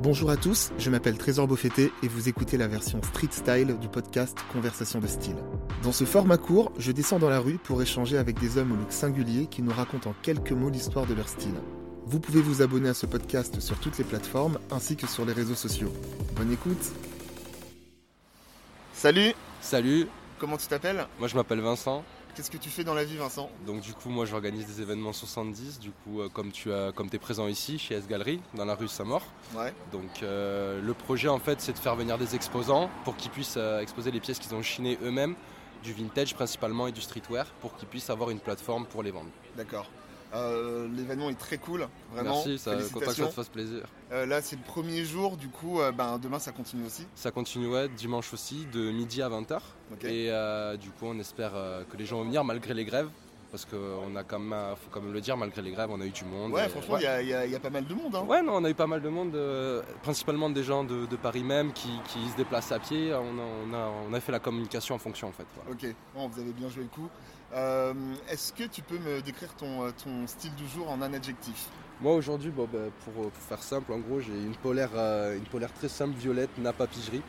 Bonjour à tous, je m'appelle Trésor Beaufetté et vous écoutez la version street style du podcast Conversation de style. Dans ce format court, je descends dans la rue pour échanger avec des hommes au look singulier qui nous racontent en quelques mots l'histoire de leur style. Vous pouvez vous abonner à ce podcast sur toutes les plateformes ainsi que sur les réseaux sociaux. Bonne écoute Salut Salut, Comment tu t'appelles moi je m'appelle Vincent. Qu'est-ce que tu fais dans la vie Vincent Donc du coup moi j'organise des événements 70. Du coup euh, comme tu as, comme es présent ici chez S Galerie dans la rue Saint-Maur. Ouais. Donc euh, le projet en fait c'est de faire venir des exposants pour qu'ils puissent euh, exposer les pièces qu'ils ont chinées eux-mêmes, du vintage principalement et du streetwear pour qu'ils puissent avoir une plateforme pour les vendre. D'accord. Euh, L'événement est très cool, vraiment. Merci, ça, content que ça Félicitations. te fasse plaisir. Euh, là c'est le premier jour, du coup euh, ben, demain ça continue aussi. Ça continue ouais, dimanche aussi de midi à 20h. Ok. Et euh, du coup, on espère euh, que les gens vont venir malgré les grèves. Parce qu'on a quand même, euh, faut quand même le dire, malgré les grèves, on a eu du monde. ouais Et- franchement il y a- il y, a- il y a pas mal de monde. Hein. Ouais, non, on a eu pas mal de monde, euh, principalement des gens de, de Paris même qui, qui se déplacent à pied. On a, on a- on a fait la communication en fonction en fait. voilà. Ok, bon, vous avez bien joué le coup. Euh, Est-ce que tu peux me décrire ton, euh, ton style du jour en un adjectif Moi aujourd'hui, bon, ben, pour, euh, pour faire simple, en gros, j'ai une polaire, euh, une polaire très simple, violette, nappe à pigerie,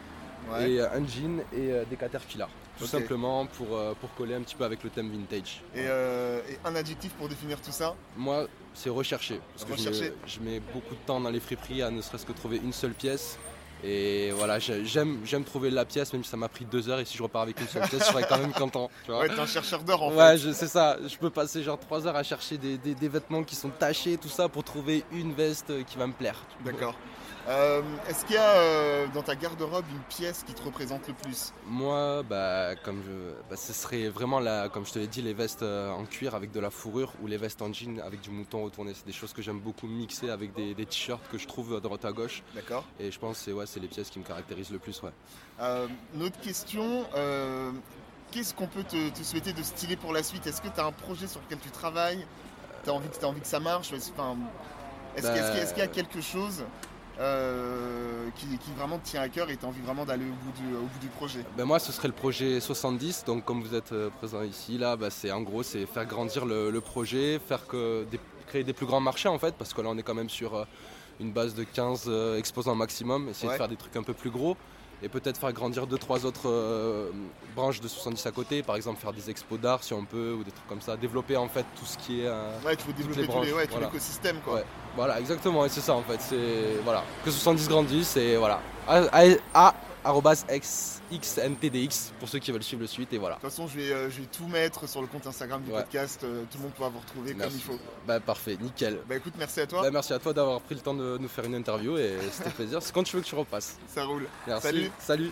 et euh, un jean et euh, des caterpillars. Tout Ok. simplement pour, euh, pour coller un petit peu avec le thème vintage. Et, euh, et un adjectif pour définir tout ça Moi, c'est recherché. Parce que je Recherché. mets- je, mets beaucoup de temps dans les friperies à ne serait-ce que trouver une seule pièce. Et voilà, j'ai- j'aime j'aime trouver la pièce, même si ça m'a pris deux heures. Et si je repars avec une seule pièce, je serais quand même content. Tu vois Ouais, t'es un chercheur d'or en ouais, fait. je- c'est ça. Je peux passer genre 3 heures à chercher des, des- des vêtements qui sont tachés, tout ça, pour trouver une veste euh, qui va me plaire. D'accord. Euh, Est-ce qu'il y a euh, dans ta garde-robe une pièce qui te représente le plus Moi, bah, comme je, bah, ce serait vraiment la, comme je te l'ai dit, les vestes euh, en cuir avec de la fourrure ou les vestes en jean avec du mouton retourné. C'est des choses que j'aime beaucoup mixer avec des, des t-shirts que je trouve à droite à gauche. D'accord. Et je pense que c'est ouais, c'est les pièces qui me caractérisent le plus, ouais. Euh, une autre question euh, qu'est-ce qu'on peut te, te souhaiter de styler pour la suite Est-ce que t'as un projet sur lequel tu travailles T'as envie, que- t'as envie que ça marche Enfin, Est-ce qu'il y a- est-ce qu'il y a- est-ce qu'il y a Bah, quelque chose euh, qui, qui vraiment te tient à cœur et t'as envie vraiment d'aller au, bout du- au bout du projet Ben moi, ce serait le projet 70. Donc, comme vous êtes euh, présent ici, là, bah, c'est en gros, c'est faire grandir le, le projet, faire que des- créer des plus grands marchés en fait, parce que là, on est quand même sur euh, une base de 15 euh, exposants maximum. Essayer Ouais. de faire des trucs un peu plus gros et peut-être faire grandir deux trois autres euh, branches de 70 à côté. Par exemple, faire des expos d'art si on peut ou des trucs comme ça. Développer en fait tout ce qui est euh, Ouais, tu veux développer les tous les- branches, ouais, tout voilà. l'écosystème quoi. Ouais. voilà, exactement. Et c'est ça en fait. C'est voilà que 70 grandisse et voilà. A, A- A- arrobas X- XNTDX pour ceux qui veulent suivre le suite et voilà. De toute façon, je vais, euh, je vais tout mettre sur le compte Instagram du Ouais. podcast. euh, tout le monde pourra vous retrouver Merci. comme il faut. Bah parfait, nickel. Bah écoute, merci à toi. Bah, merci à toi d'avoir pris le temps de nous faire une interview et c'était plaisir. C'est quand tu veux que tu repasses. Ça roule. Merci. Salut. Salut.